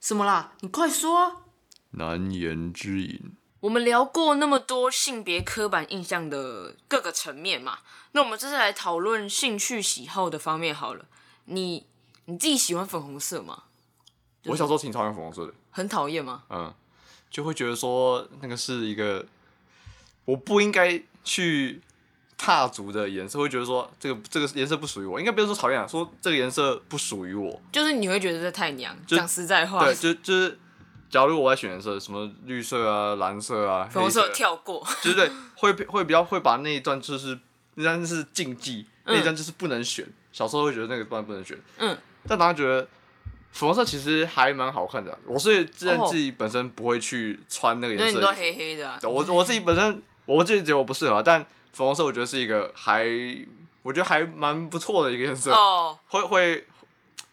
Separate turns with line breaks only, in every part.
什么啦？你快说啊！
难言之隐。
我们聊过那么多性别刻板印象的各个层面嘛，那我们这次来讨论兴趣喜好的方面好了。你你自己喜欢粉红色吗？
我小时候挺讨厌粉红色的，
很讨厌吗？
嗯，就会觉得说那个是一个我不应该去踏足的颜色，会觉得说这个这个颜色不属于我，应该不是说讨厌啊，说这个颜色不属于我。
就是你会觉得这太娘。
就
讲实在话，
对，就就是，假如我在选颜色，什么绿色啊、蓝色啊、
粉红
黑
色
色
跳过。
就是对，会比会比较会把那一段就是那段是禁忌，
嗯
那一段就是不能选。小时候会觉得那个段不能选，
嗯，
但当然觉得粉红色其实还蛮好看的啊。我是自认
哦
自己本身不会去穿那个
因为
颜
你
色
都
的
黑黑的、啊
对，我我自己本身我自己觉得我不适合，但粉红色我觉得是一个还我觉得还蛮不错的一个颜色，
哦，
会会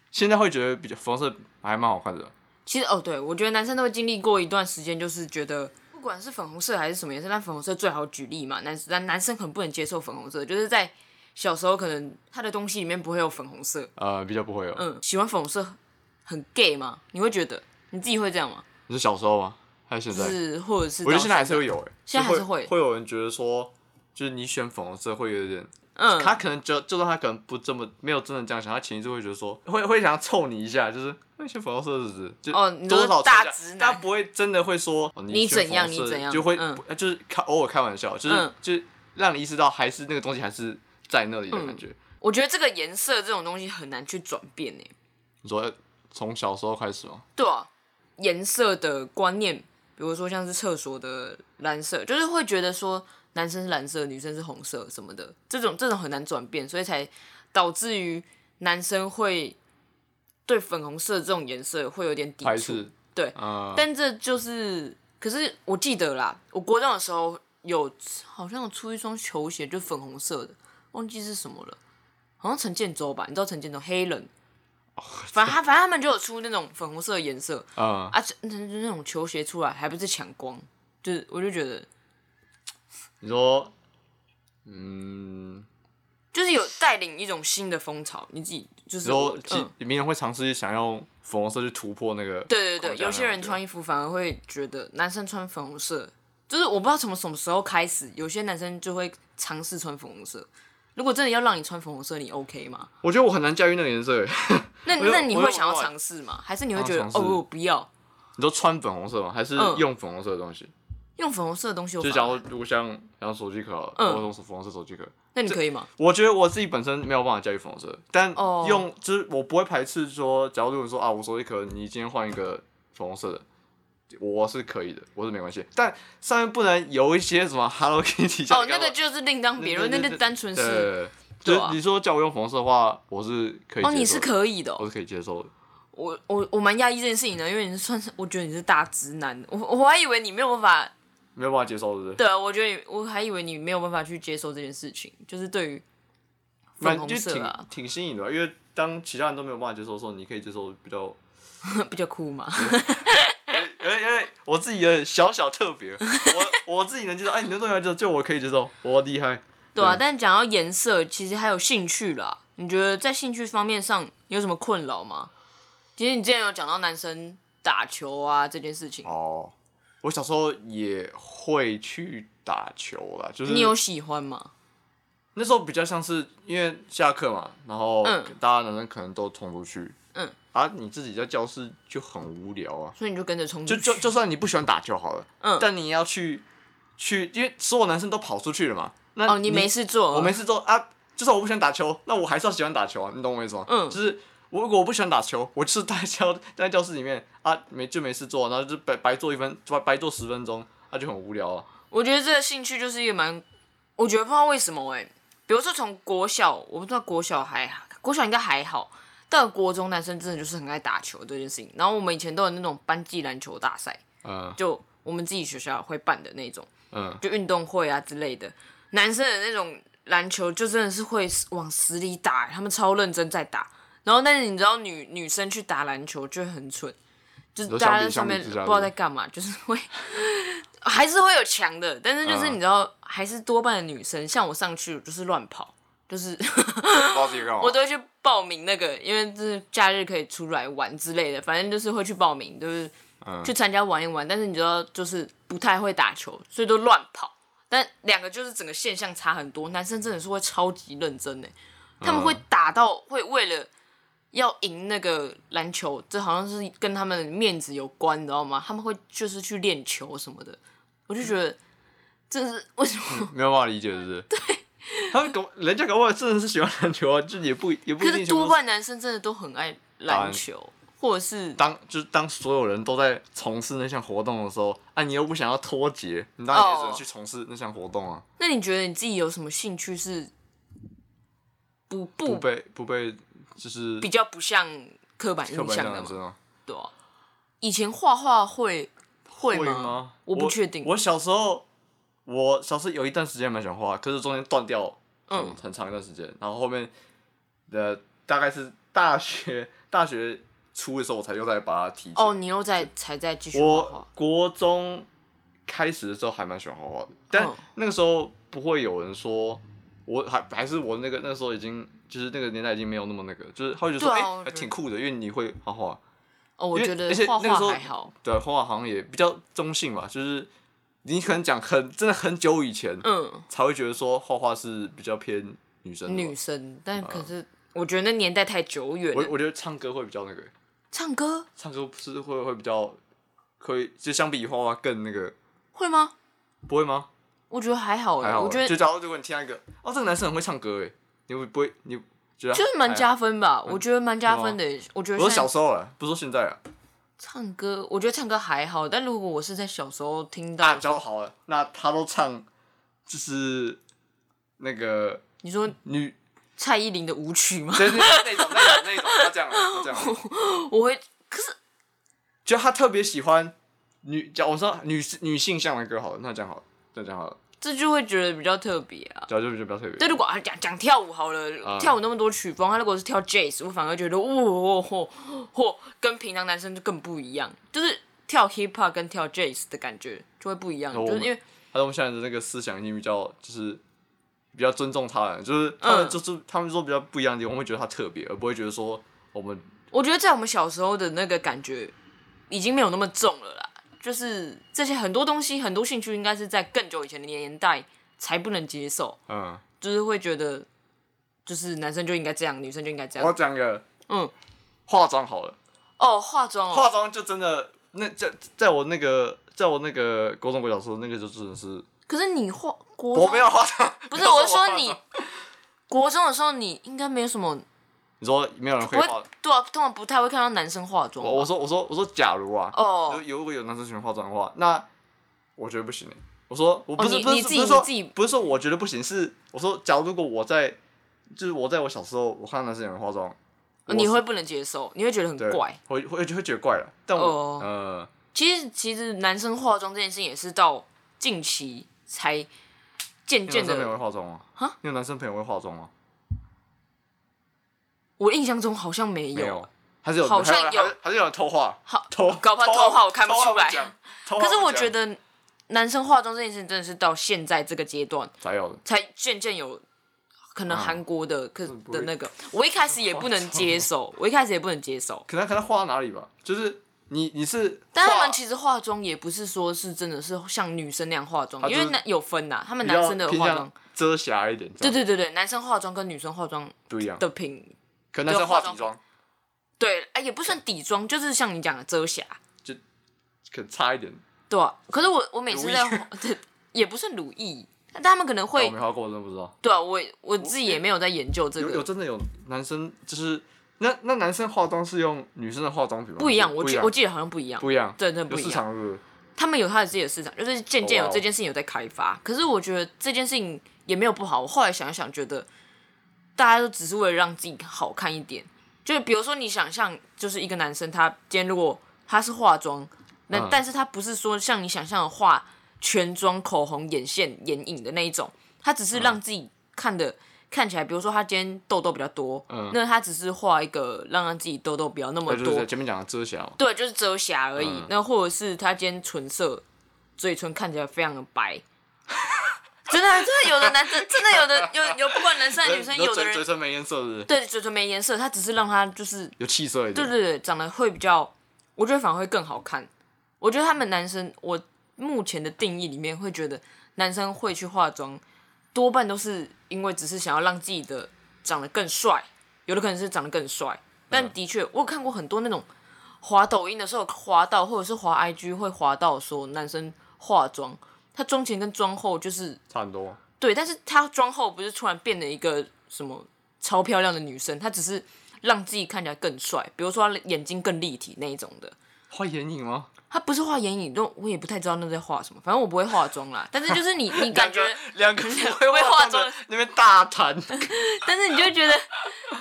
现在会觉得比较粉红色还蛮好看的。
其实哦，对，我觉得男生都会经历过一段时间，就是觉得不管是粉红色还是什么颜色，但粉红色最好举例嘛。男男男生很不能接受粉红色，就是在小时候可能他的东西里面不会有粉红色。
呃，比较不会有。
嗯，喜欢粉红色很 gay 吗？你会觉得你自己会这样吗？
你是小时候吗？还是现
就
在？
是或者是
我觉
到
得现在还是会有、欸，
现在还是
就
会
会有人觉得说，就是你选粉红色会有点，
嗯，
他可能就就算他可能不这么没有真的这样想，他潜意识会觉得说，会会想要凑你一下，就是你选粉红色是不是？就
哦你
多
说
多少
大
少
直男
他不会真的会说、哦
你
选
怎样
粉红色
你怎样
就会、
嗯
就是开偶尔开玩笑，就是、
嗯
就是让你意识到还是那个东西还是在那里
嗯
的感觉。
我觉得这个颜色这种东西很难去转变呢、欸
你说哎从小时候开始吗？
对啊，颜色的观念，比如说像是厕所的蓝色，就是会觉得说男生是蓝色，女生是红色什么的，这种这种很难转变，所以才导致于男生会对粉红色这种颜色会有点抵
还
触。
是
对
呃
但这就是，可是我记得啦，我国中的时候有好像有出一双球鞋，就粉红色的，忘记是什么了，好像陈建州吧？你知道陈建州黑人，反正他反正他们就有出那种粉红色的颜色
呃，
啊，这那那种球鞋出来还不是抢光，就是我就觉得
你说嗯。
就是有带领一种新的风潮，你自己就是
之后
我，
其
嗯
名人会尝试想用粉红色去突破那个。
对对对，有些人穿衣服反而会觉得男生穿粉红色，就是我不知道从什么时候开始，有些男生就会尝试穿粉红色。如果真的要让你穿粉红色，你 OK 吗？
我觉得我很难驾驭那个颜色。哎
那
我有
那你
我有
会想要
我有
尝试吗？还是你会觉得
想要
哦，
尝试
我不要
你说穿粉红色吗？还是
嗯
用粉红色的东西？
用粉红色的东西我
就
反
假
而？
如如果像像手机壳好了，
嗯
我用粉红色手机壳，
那你可以吗？
我觉得我自己本身没有办法驾驭粉红色，但
哦
用就是我不会排斥说，假如如果说啊，我手机壳你今天换一个粉红色的。我是可以的，我是没关系，但上面不能有一些什么 Hello Kitty 像
哦
你，
那
刚刚
个就是另当别论，
对
那
对
个
对
单纯
对
是
对
对
对，
啊
就是你说叫我用粉红色的话，我是可以
哦，
接
你
受
是
的
可以的哦、
我是可以接受的。
我我我蛮讶异这件事情的，因为你是算是我觉得你是大直男，我我还以为你没有办法
没有办法接受，对不对？
对啊，我觉得你我还以为你没有办法去接受这件事情，就是对于粉
蛮
红
就
色
挺
啊，
挺新颖的吧，因为当其他人都没有办法接受的时候，你可以接受比较，
比较 酷嘛。
因为因为我自己有点小小特别，我 我自己能接受，哎，你能都能接受，就我可以接受，我厉害。
对啊，
对
但讲到颜色，其实还有兴趣啦。你觉得在兴趣方面上你有什么困扰吗？其实你之前有讲到男生打球啊这件事情，
哦，我小时候也会去打球啦，就是
你有喜欢吗？
那时候比较像是因为下课嘛，然后
嗯
大家男生可能都冲出去，
嗯，
啊，你自己在教室就很无聊啊，
所以你就跟着冲
就
出去，
就就算你不喜欢打球好了，
嗯
但你也要去去，因为所有男生都跑出去了嘛，那
哦，你没事做啊，
我没事做啊，就算我不喜欢打球，那我还是要喜欢打球啊，你懂我意思吗？
嗯
就是我如果我不喜欢打球，我就是待在教待在教室里面啊，没就没事做，然后就白白做一分白白做十分钟，那、就很无聊啊。
我觉得这个兴趣就是一个蛮，我觉得不知道为什么哎、比如说从国小，我不知道国小还国小应该还好，到国中男生真的就是很爱打球这件事情。然后我们以前都有那种班级篮球大赛，
嗯
就我们自己学校会办的那种，
嗯，
就运动会啊之类的。男生的那种篮球就真的是会往死里打，欸他们超认真在打。然后但是你知道女女生去打篮球就会很蠢，就是
说
大
相比
家在上
相比
面不
之
知
下
道
是
在干嘛，就是会 还是会有强的，但是就是
嗯
你知道，还是多半的女生，像我上去我就是乱跑，就是
不知道自己干嘛
我。都会去报名那个，因为就是假日可以出来玩之类的，反正就是会去报名，就是
嗯
去参加玩一玩。但是你知道，就是不太会打球，所以都乱跑。但两个就是整个现象差很多，男生真的是会超级认真呢，他们会打到会为了要赢那个篮球，这好像是跟他们面子有关，你知道吗？他们会就是去练球什么的，我就觉得这是为什么？
没有办法理解，是不是？对，他们搞人家搞不好真的是喜欢篮球啊，就也不也不
可
一定全
是
部
多
都
半男生真的都很爱篮球，或者是
当就是当所有人都在从事那项活动的时候，啊，你又不想要脱节，你当然也只能
哦
去从事那项活动啊，
那你觉得你自己有什么兴趣是不
不
不
被不被就是
比较不像刻板
刻
印
板
象
象
的
知
吗？
道吗？
对啊，以前画画会会
会
吗？
吗？
我不确定
我小时候，我小时候有一段时间蛮喜欢画，可是中间断掉很、
嗯
很长一段时间，然后后面的大概是大学大学初的时候，我才又再把它提起来。
哦，你又在才在继续画
我
画，
国中开始的时候还蛮喜欢画画的，但
嗯
那个时候不会有人说，我还还是我那个那时候已经就是那个年代已经没有那么那个，就是他会觉得说
对
哎、
啊我
还
觉得
挺酷的，因为你会画画，
哦，我
因为
觉得
而且
画
那个时
画
候
还好，
对，画画好像也比较中性吧，就是你可能讲很真的很久以前、
嗯，
才会觉得说画画是比较偏女生的吧嗯
女生，但可是我觉得那年代太久远
我
了。
我觉得唱歌会比较那个，
唱歌
唱歌不是会会比较可以，就相比于画画更那个，
会吗？
不会吗？
我觉得还好哎、
还好啦，
我觉得
就假如如果你听到一个，哦，这个男生很会唱歌诶，欸你会不会你觉得
就是蛮？加分吧，我觉得蛮加分的、我觉
哎嗯我
得
说
现在
小时候啊，不是说现在啊，
唱歌，我觉得唱歌还好，但如果我是在小时候听到
那比较好了。那他都唱就是那个
你说
女，
蔡依林的舞曲吗？
就是那种那种那种，他这样了，他这样了，
我会
就他特别喜欢女，假我说女女性向的歌好了，那这样好了，那这样好了，这
这就会觉得比较特别啊。
样就比较比较特别。
但如果啊讲讲跳舞好了，
啊
跳舞那么多曲风，他如果是跳 jazz，我反而觉得哦哇嚯嚯，哦跟平常男生就更不一样，就是跳 hip hop 跟跳 jazz 的感觉就会不一样，
哦我
就是因为
他们现在的那个思想已经比较就是比较尊重他人，就是他
嗯
们就是、他们说比较不一样的地方，会觉得他特别，而不会觉得说我们
我觉得在我们小时候的那个感觉已经没有那么重了啦，就是这些很多东西、很多兴趣，应该是在更久以前的年代才不能接受，
嗯。
就是会觉得就是男生就应该这样，女生就应该这
呃我
样。
讲个
嗯，
化妆好了，
哦，化妆哦，
化妆就真的那在在我那个在我那个高中国小时候，那个就真的是
可是你化国
我
中
没有化妆，
不
没
是，
有
我是
化
说
妆
你国中的时候，你应该没有什么
你说没有人
不
会化
会，对啊，通常不太会看到男生化妆吧。
我我说我说我说假如啊，
哦
就有如果有男生喜欢化妆的话，那我觉得不行、欸。我说我不是、
哦你
不
你
是不
自己
是说
你自己
不是说我觉得不行，是我说假如如果我在就是我在我小时候我看到男生有人化妆，我
哦你
是
会不能接受，你会觉得很
对
怪。，
会会会觉得怪了。但我、
哦
呃
其实其实男生化妆这件事情也是到近期才渐
你有
渐
男生朋友会
的，
化妆吗？
哈，
你有男生朋友会化妆吗？
我印象中好像没
没
有。，
还是有
好像
还
有
还是还是有人偷画，
好
偷
搞不好偷
偷
画我看不
偷画
出来
讲偷画
可是我
讲
觉得男生化妆这件事情真的是到现在这个阶段
才有的，
才渐渐有。可能
啊
韩国的可
不会
的那个，我一开始也不能 接受，我一开始也不能接受。
可能可能画到哪里吧，就是你你是
但他
画
们其实化妆也不是说是真的是像女生那样化妆，
他就
因
是
为男有分呐、他们
比
男
较
生的
偏
化
向嗯
妆，
遮瑕一点，这样
对对对对，男生化妆跟女生化妆
不一样，
的品，
可能男生
对化
化
妆
底妆
对，哎、也不算底妆，就是像你讲的遮瑕，
可能差一点，
对、啊。可是我我每次
乳液哦
在化， 对，也不算乳液，但他们可能
我
会
没，画过，我真的不知道。
对啊，我我自己也没有在研究这
有有
个，
真的有男生就是那那男生化妆是用女生的化妆品吗？
不一样，我
不一
记
样
我记得好像不一样，
不一样，
真的不
有
一
市
样。
场是不是？
他们有他的自己的市场，就是渐
哦
渐有这件事情有在开发。可是我觉得这件事情也没有不好。我后来想一想，觉得大家都只是为了让自己好看一点。就比如说，你想象就是一个男生，他今天如果他是化妆，那、
嗯
但是他不是说像你想象的化全妆、口红、眼线、眼影的那一种，他只
嗯
是让自己看的、看起来，比如说他今天痘痘比较多，
嗯
那他只是画一个让他自己痘痘不要那么
对，
多，
就是前面讲的遮瑕嘛，
对，就是遮瑕而已。
嗯
那或者是他今天唇色，嘴唇看起来非常的白， 真的啊真的有的男生真的有的有有不管男生还是女生，
你说
有的
嘴嘴
人
唇没颜色是不是
对嘴唇没颜色，他只是让他就是
有气色一
对
点，
对对，长得会比较，我觉得反而会更好看。我觉得他们男生，我目前的定义里面会觉得男生会去化妆，多半都是因为只是想要让自己的长得更帅，有的可能是长得更帅，但的确我有看过很多那种滑抖音的时候滑到，或者是滑 IG 会滑到说男生化妆，他妆前跟妆后就是
差很多。
对，但是她妆后不是突然变了一个什么超漂亮的女生，她只是让自己看起来更帅，比如说她眼睛更立体那一种的。
画眼影吗？
她不是画眼影，就我也不太知道那在画什么，反正我不会化妆啦。但是就 是你，你感觉，
两个不
不 会
会
化
化
妆
妆的那边大谈，
但是你就会觉得，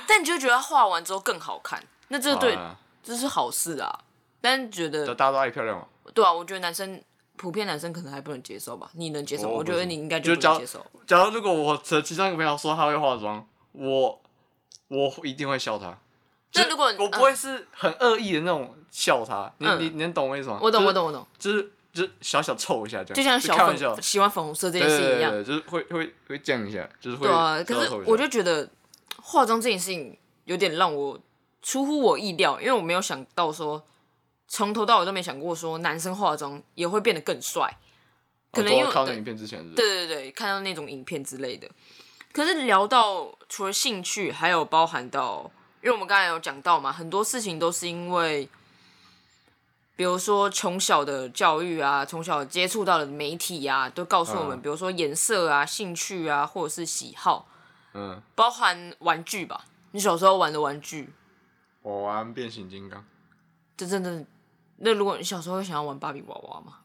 但你就会觉得她画完之后更好看，那这 对、
啊
这是好事啊。但是觉得
大家都爱漂亮嘛。
对啊，我觉得男生普遍男生可能还不能接受吧，你能接受？
我
我觉
不
得
行
你应该
就
不
只
能
要
接受。
假如如果我的其中一个朋友说他会化妆，我我一定会笑他。
那如果
就是我不会是很恶意的那种笑他，你
嗯
你你能懂我意思吗？
我懂，
就是
我，懂，我懂，
就是就是小小臭一下这样，
就像小
开玩笑
粉，喜欢粉红色这
对
件
对
事情一
对
样。
对，就是会会会这样一下，就是会
对啊，
小
可
小
是
臭一下
我就觉得化妆这件事情有点让我出乎我意料，因为我没有想到说，从头到尾都没想过说男生化妆也会变得更帅。可
哦
能因
都
为
要看那影片之前是不是
对对对，看到那种影片之类的。可是聊到除了兴趣，还有包含到，因为我们刚才有讲到嘛，很多事情都是因为，比如说从小的教育啊，从小接触到的媒体啊，都告诉我们，
嗯
比如说颜色啊、兴趣啊，或者是喜好，
嗯，
包含玩具吧。你小时候玩的玩具，
我玩变形金刚，
这真的，那如果你小时候会想要玩芭比娃娃吗？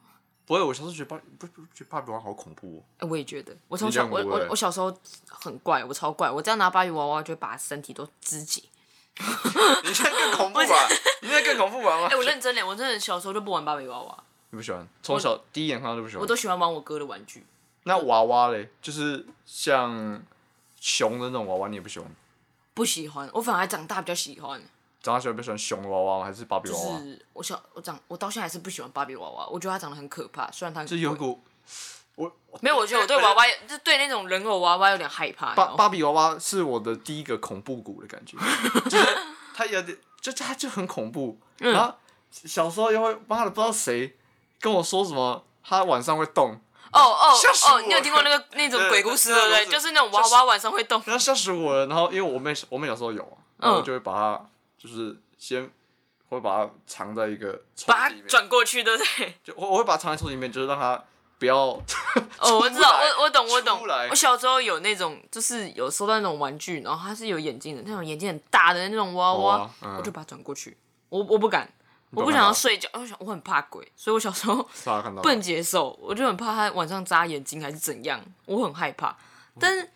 不会，我小时候觉得芭不不觉得芭比娃娃好恐怖哦，
哎我也觉得，我从
你
小
讲
我
过
我
哎
我小时候很怪，我超怪，我只要拿芭比娃娃，就会把身体都肢解。
你现在更恐怖吧？你现在更恐怖吧？
哎、我认真嘞，我真的小时候就不玩芭比娃娃，
你不喜欢，从小第一眼看到就不喜欢
我。都喜欢玩我哥的玩具。
那娃娃嘞，就是像熊的那种娃娃，你也不喜欢？
不喜欢，我反而长大比较喜欢，
长大喜欢不喜欢熊娃娃吗还是芭比
就
娃娃？
是我小我长我到现在还是不喜欢芭比娃娃，我觉得它长得很可怕，虽然它很
就有一
贵
股我
没有，我觉得我对娃娃就对那种人偶娃娃有点害怕。
芭
然后
芭比娃娃是我的第一个恐怖谷的感 觉，就是它有点，就它就很恐怖。
嗯
然后小时候又会妈的不知道谁跟我说什么，它晚上会动，
哦哦
吓死我
哦，你有听过那个那种
对
鬼故事
对
对不对？
对
就是那种娃娃晚上会动。
然后吓死我了。然后因为我妹我妹小时候有啊，
嗯
然后就会把它就是先会把它藏在一个抽
把
屉
它
里面，
转过去，对不对？
就我我会把它藏在抽屉里面，就是让它不要。
哦，我知道，
出来
我我懂，我懂
出来。
我小时候有那种，就是有收到那种玩具，然后它是有眼睛的，那种眼睛很大的那种娃娃
娃，嗯
我就把它转过去，我我不敢，
敢哦
我不想要
吗
睡觉，我想我很怕鬼，所以我小时候
大家看到
不
吗
能接受，我就很怕它晚上扎眼睛还是怎样，我很害怕。但是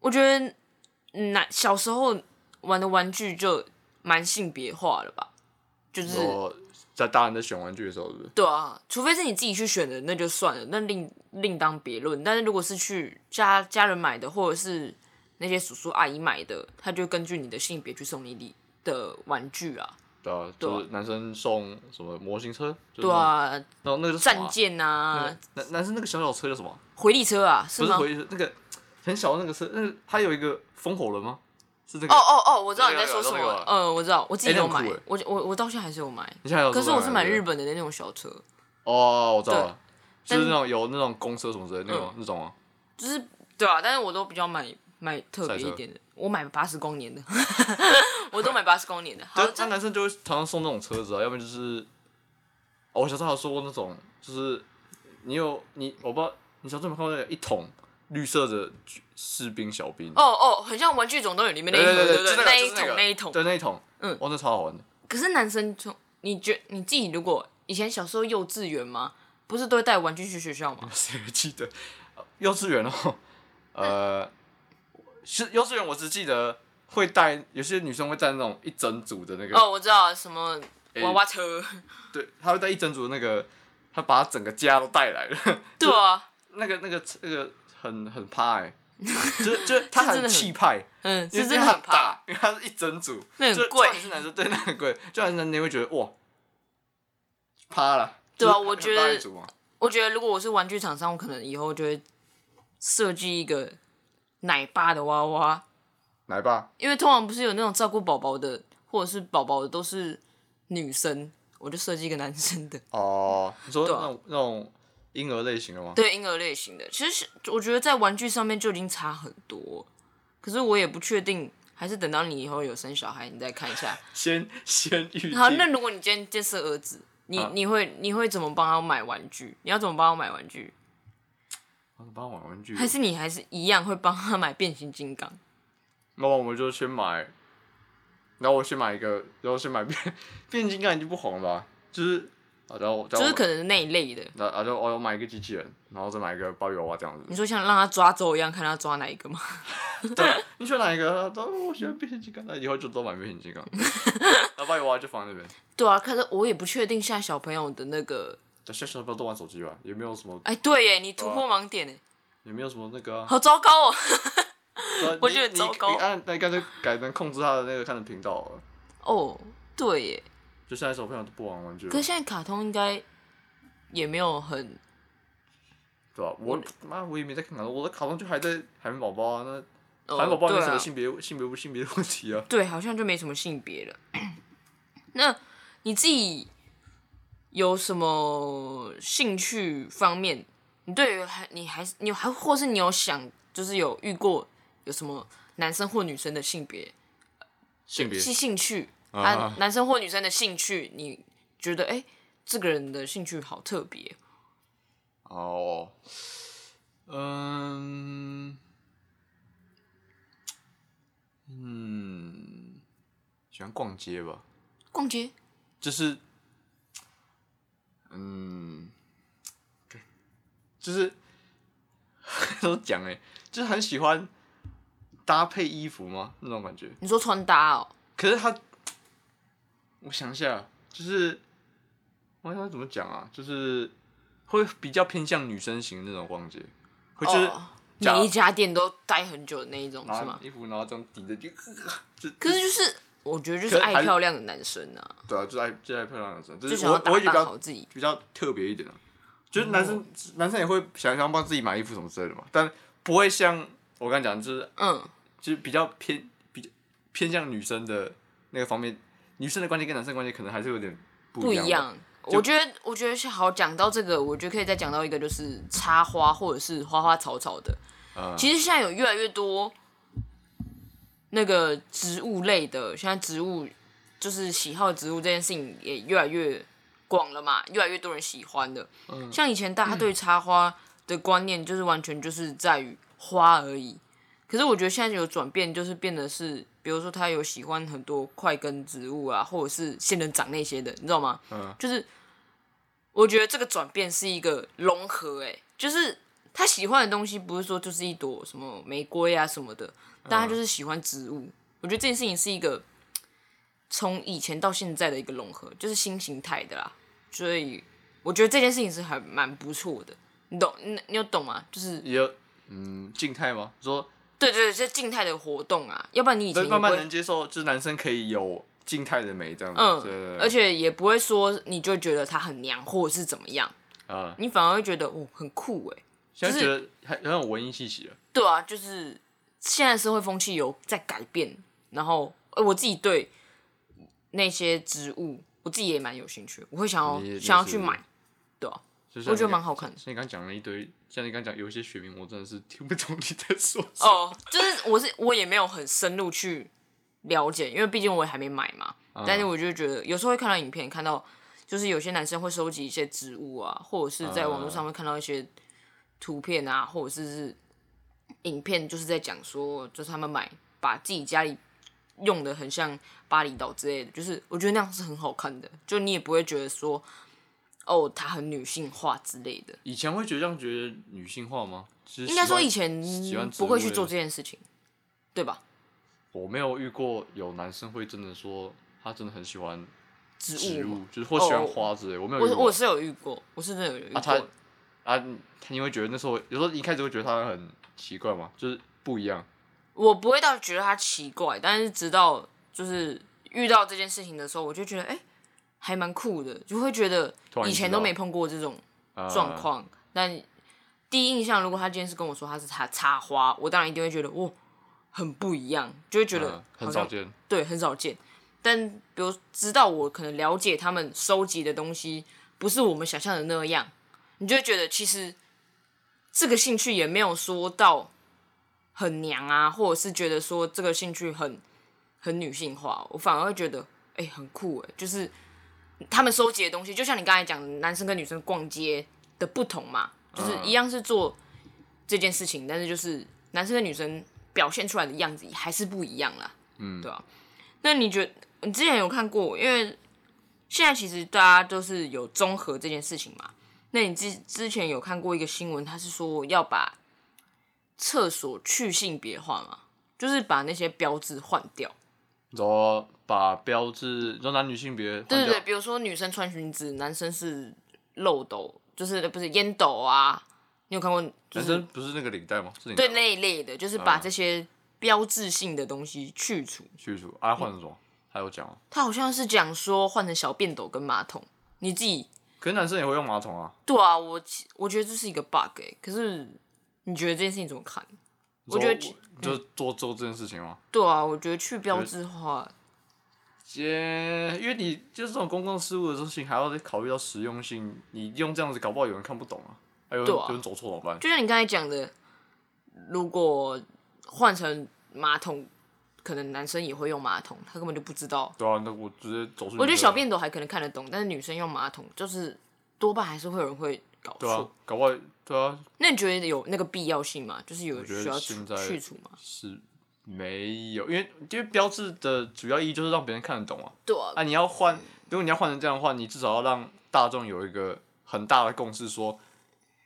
我觉得男小时候玩的玩具就蛮性别化了吧，就是。
我在大人在选玩具的时候，是不是？
对啊，除非是你自己去选的，那就算了，那另另当别论。但是如果是去家家人买的，或者是那些叔叔阿姨买的，他就根据你的性别去送你礼的玩具啊，
对啊，
对啊
就是男生送什么模型车，就是
对啊，
那种，然后那个是什么
战
啊
舰
那
啊
个，男男生那个小小车叫什么？
回力车啊，是
不是
吗？
回那个很小的那个车，那个它有一个风火轮吗？是那个？
哦哦哦，我知道你在
那个
说
有
什么
那个有
了，嗯，我知道，我自己
哎那
有
很
买
酷哎，
我我我到现在还是有买，
你现在有这
可
种
是我是买
感觉
日本的那种小车，
哦，我知道了，
对
就是那种有那种公车什么之类的那种
嗯
那种啊，
就是对啊，但是我都比较买买特别
赛车
一点的，我买八十公年的， 我都买八十公年的，好
就，
这
那男生就会常常送那种车子啊，要不然就是，哦，我小时候还有说过那种，就是你有你我不知道你小时候有没有看过那个一桶绿色的士兵小兵？
哦哦，很像《玩具总动员》里面那一
对
桶，
对
对
对
不
就
对？
那个
一
就是那
桶
个
那一桶。
对那一桶，
嗯
哇，那超好玩的。
可是男生从你觉你自己如果以前小时候幼稚园嘛，不是都会带玩具去学校吗？
谁会记得？呃幼稚园哦，呃，是幼稚园，我只记得会带，有些女生会带那种一整组的那个，
哦，我知道什么
诶
娃娃车，
对，她会带一整组的那个，她把她整个家都带来了，
对啊，
那个那个那个很很怕 哎、就是就是她
是真的很
很气派，
嗯，
因
是
为
真的
因为
很
她
怕。
大，因为它是一整组，
那很
就就
贵
算你是男生对，那很贵，就算是男生你会觉得哇，趴了，
对啊
就是
我
很
觉
大
得
一组嘛
我觉得如果我是玩具厂商，我可能以后就会设计一个奶爸的娃娃，
来吧，
因为通常不是有那种照顾宝宝的，或者是宝宝的都是女生，我就设计一个男生的。
哦，你说
对啊
那种、那种婴儿类型的吗？
对婴儿类型的，其实我觉得在玩具上面就已经差很多，可是我也不确定，还是等到你以后有生小孩，你再看一下。
先先预定
好，那如果你今天建设儿子，你、
啊
你会你会怎么帮他买玩具？你要怎么帮他买玩具？
啊帮我玩玩具，
还是你还是一样会帮他买变形金刚？
那我们就先买，然后我先买一个，然后先买变 变形金刚已经不红了吧，就是啊，然后我
就是可
能，
能是那一类的。
然后然后我买一个机器人，然后再买一个芭比娃娃这 样子。
你说像让他抓周一样，看他抓哪一个吗？
对，你选哪一个？他说哦我喜欢变形金刚，那以后就都买变形 金刚，然后芭比娃娃就放在那边。
对啊，可是我也不确定现在小朋友的那个，
但现在小朋友都玩手机吧，也没有什么，
哎，对耶，你突破盲点哎，
也没有什么那个、 啊。
好糟糕哦。
对啊
我
你
觉得
你
糟糕
你按那干脆改成控制他的那个看的频道了，
哦，对耶，
就现在小朋友都不玩玩具了
可是，现在卡通应该也没有很
对吧、我
嗯
妈我也没在看卡通，我的卡通就还在海绵宝宝啊，那
哦
海绵宝宝没
对
什
啊
么性别、性别不性别的问题啊。
对，好像就没什么性别了。那你自己有什么兴趣方面？你对于还你还是你还或是你有想就是有遇过有什么男生或女生的性别
性别
是兴趣
啊
啊？男生或女生的兴趣，你觉得哎、诶这个人的兴趣好特别
哦，嗯，嗯，喜欢逛街吧，
逛街
就是，嗯，就是 都讲哎、就是很喜欢搭配衣服吗？那种感觉。
你说穿搭哦，
可是他，我想一下，就是我想怎么讲啊，就是会比较偏向女生型的那种逛街，会就是
哦
假
每一家店都待很久的那一种是
拿
吗？
衣服然后这样抵着就， 就
可是就是我觉得就
可
是
是还
爱
是
漂亮的男生啊，
对啊，就爱就爱漂亮的女生，就
就是想要
我
打
我会比
扮
较
好自己。
比较特别一点啊，就是
嗯
男生、男生也会想想帮自己买衣服什么之类的嘛，但不会像我刚才讲，就是
嗯，
就是比较偏比较偏向女生的那个方面，女生的观念跟男生的观念可能还是有点
不
不
一
一样吧。
样。我觉得，我觉得是好讲到这个，我觉得可以再讲到一个，就是插花或者是花花草草的。
嗯
其实现在有越来越多那个植物类的，现在植物就是喜好植物这件事情也越来越广了嘛，越来越多人喜欢了。
嗯
像以前大家对插花的观念就是完全就是在于花而已，可是我觉得现在有转变，就是变得是，比如说他有喜欢很多块根植物啊，或者是仙人掌那些的，你知道吗？
嗯，
就是我觉得这个转变是一个融合、欸，就是他喜欢的东西不是说就是一朵什么玫瑰啊什么的，但他就是喜欢植物。我觉得这件事情是一个从以前到现在的一个融合，就是新形态的啦。所以我觉得这件事情是还蛮不错的，你懂？你你有懂吗？就是
也有嗯静态吗？说
对对对，这静态的活动啊，要不然你以前
对
也
慢
不
慢
会
能接受，就是男生可以有静态的美这样子。对对
嗯
对，
而且也不会说你就觉得他很娘或者是怎么样，
啊，
你反而会觉得哦很酷哎、
现在觉
就是
得还很有文艺气息了。
对啊，就是现在社会风气有在改变，然后呃，我自己对那些植物，我自己也蛮有兴趣，我会想
你
要
也
想要
是
去买，对啊，
就像
我觉得
你
蛮好看的。
像你刚讲了一堆，像你刚讲有一些学名，我真的是听不懂你在说什么。
哦，就是我是我也没有很深入去了解，因为毕竟我也还没买嘛。
嗯
但是我就觉得有时候会看到影片，看到就是有些男生会收集一些植物啊，或者是在网络上会看到一些图片啊，或者是是影片，就是在讲说，就是他们买把自己家里用的很像巴厘岛之类的，就是我觉得那样是很好看的，就你也不会觉得说哦，它很女性化之类的。
以前会觉得这样觉得女性化吗？就是
应该
喜
说
欢
以前
喜欢植
不会
物
去
类
做
的
这件事情，对吧？
我没有遇过有男生会真的说他真的很喜欢
植
植
物嘛
物，就是或喜欢
哦
花之类。我没有遇
我
过
我是有遇过，我是真的有遇过。
啊，他啊，他你会觉得那时候有时候一开始会觉得他很奇怪嘛，就是不一样。
我不会到觉得他奇怪，但是直到就是遇到这件事情的时候，我就觉得哎、诶还蛮酷的，就会觉得
突然
以
意识
前
到
都没碰过这种
呃
状况。但第一印象，如果他今天是跟我说他是插插花，我当然一定会觉得哇，很不一样，就会觉得、
嗯很少，见。
对，很少见。但比如知道我可能了解他们收集的东西不是我们想象的那样，你就会觉得其实这个兴趣也没有说到很娘啊，或者是觉得说这个兴趣很很女性化，我反而会觉得哎、很酷哎、就是他们收集的东西，就像你刚才讲的，男生跟女生逛街的不同嘛，就是一样是做这件事情，但是就是男生跟女生表现出来的样子还是不一样啦。
嗯
对啊。那你觉得你之前有看过？因为现在其实大家都是有综合这件事情嘛。那你之之前有看过一个新闻，他是说要把厕所去性别化嘛，就是把那些标志换掉。
你说把标志，你说男女性别换掉，
对对对，比如说女生穿裙子，男生是漏斗，就是呃不是烟斗啊？你有看过？就
男
是
生不是那个领带吗？是领带
对那一类的，就是把这些标志性的东西去除。
去除啊，换成什么？还有讲吗，
他好像是讲说换成小便斗跟马桶，你自己
可是男生也会用马桶啊。
对啊，我其我觉得这是一个 bug 哎、可是你觉得这件事情怎么看？
你说
我觉得
就做做这件事情吗？
对啊，我觉得去标志化，
也嗯因为你就是这种公共事务的事情，还要再考虑到实用性。你用这样子，搞不好有人看不懂啊，还有人、
对啊
有人走错怎么办？
就像你刚才讲的，如果换成马桶，可能男生也会用马桶，他根本就不知道。
对啊，那我直接走出去就。
我觉得小便斗还可能看得懂，但是女生用马桶就是多半还是会有人会搞
对啊
错。，
搞不好对啊
那你觉得有那个必要性吗？就是有
我觉得
需要
现
除
在
去除吗？
是没有，因为因为标志的主要意义就是让别人看得懂啊。
对啊，
啊，你要换，如果你要换成这样的话，你至少要让大众有一个很大的共识说。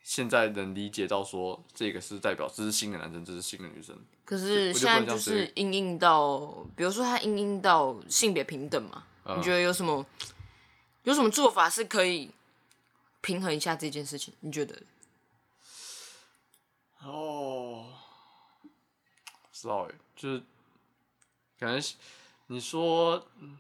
现在能理解到说这个是代表这是新的男生，这是新的女生，
可是
我就不能
现在
这
就
样直接
是应应到，比如说它应应到性别平等嘛，
嗯
你觉得有什么有什么做法是可以平衡一下这件事情？你觉得？
哦，不知道哎，就是感觉是你说，嗯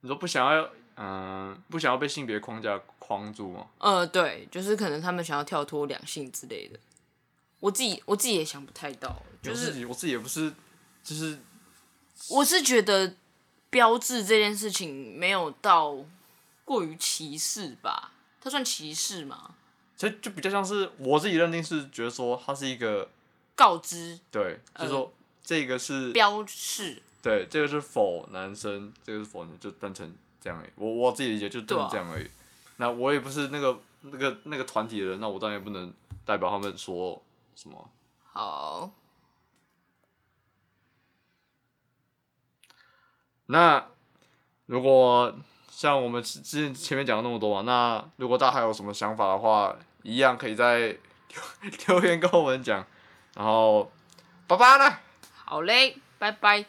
你说不想要，嗯、不想要被性别框架框住吗？
呃，对，就是可能他们想要跳脱两性之类的。我自己我自己也想不太到，就
我自
是
己我自己也不是，就是
我是觉得标志这件事情没有到过于歧视吧，它算歧视吗？
其实就比较像是我自己认定是觉得说它是一个
告知
对，就
呃
是说这个是
标示，
对，这个是否男生，这个是否女生，就单纯这样而已。我我自己理解就单
对啊
纯这样而已。那我也不是那个那个那个团体的人，那我当然也不能代表他们说什么。
好，
那如果像我们之之前前面讲了那么多嘛，那如果大家还有什么想法的话，一样可以在 留留言跟我们讲。然后，拜拜啦。
好嘞，拜拜。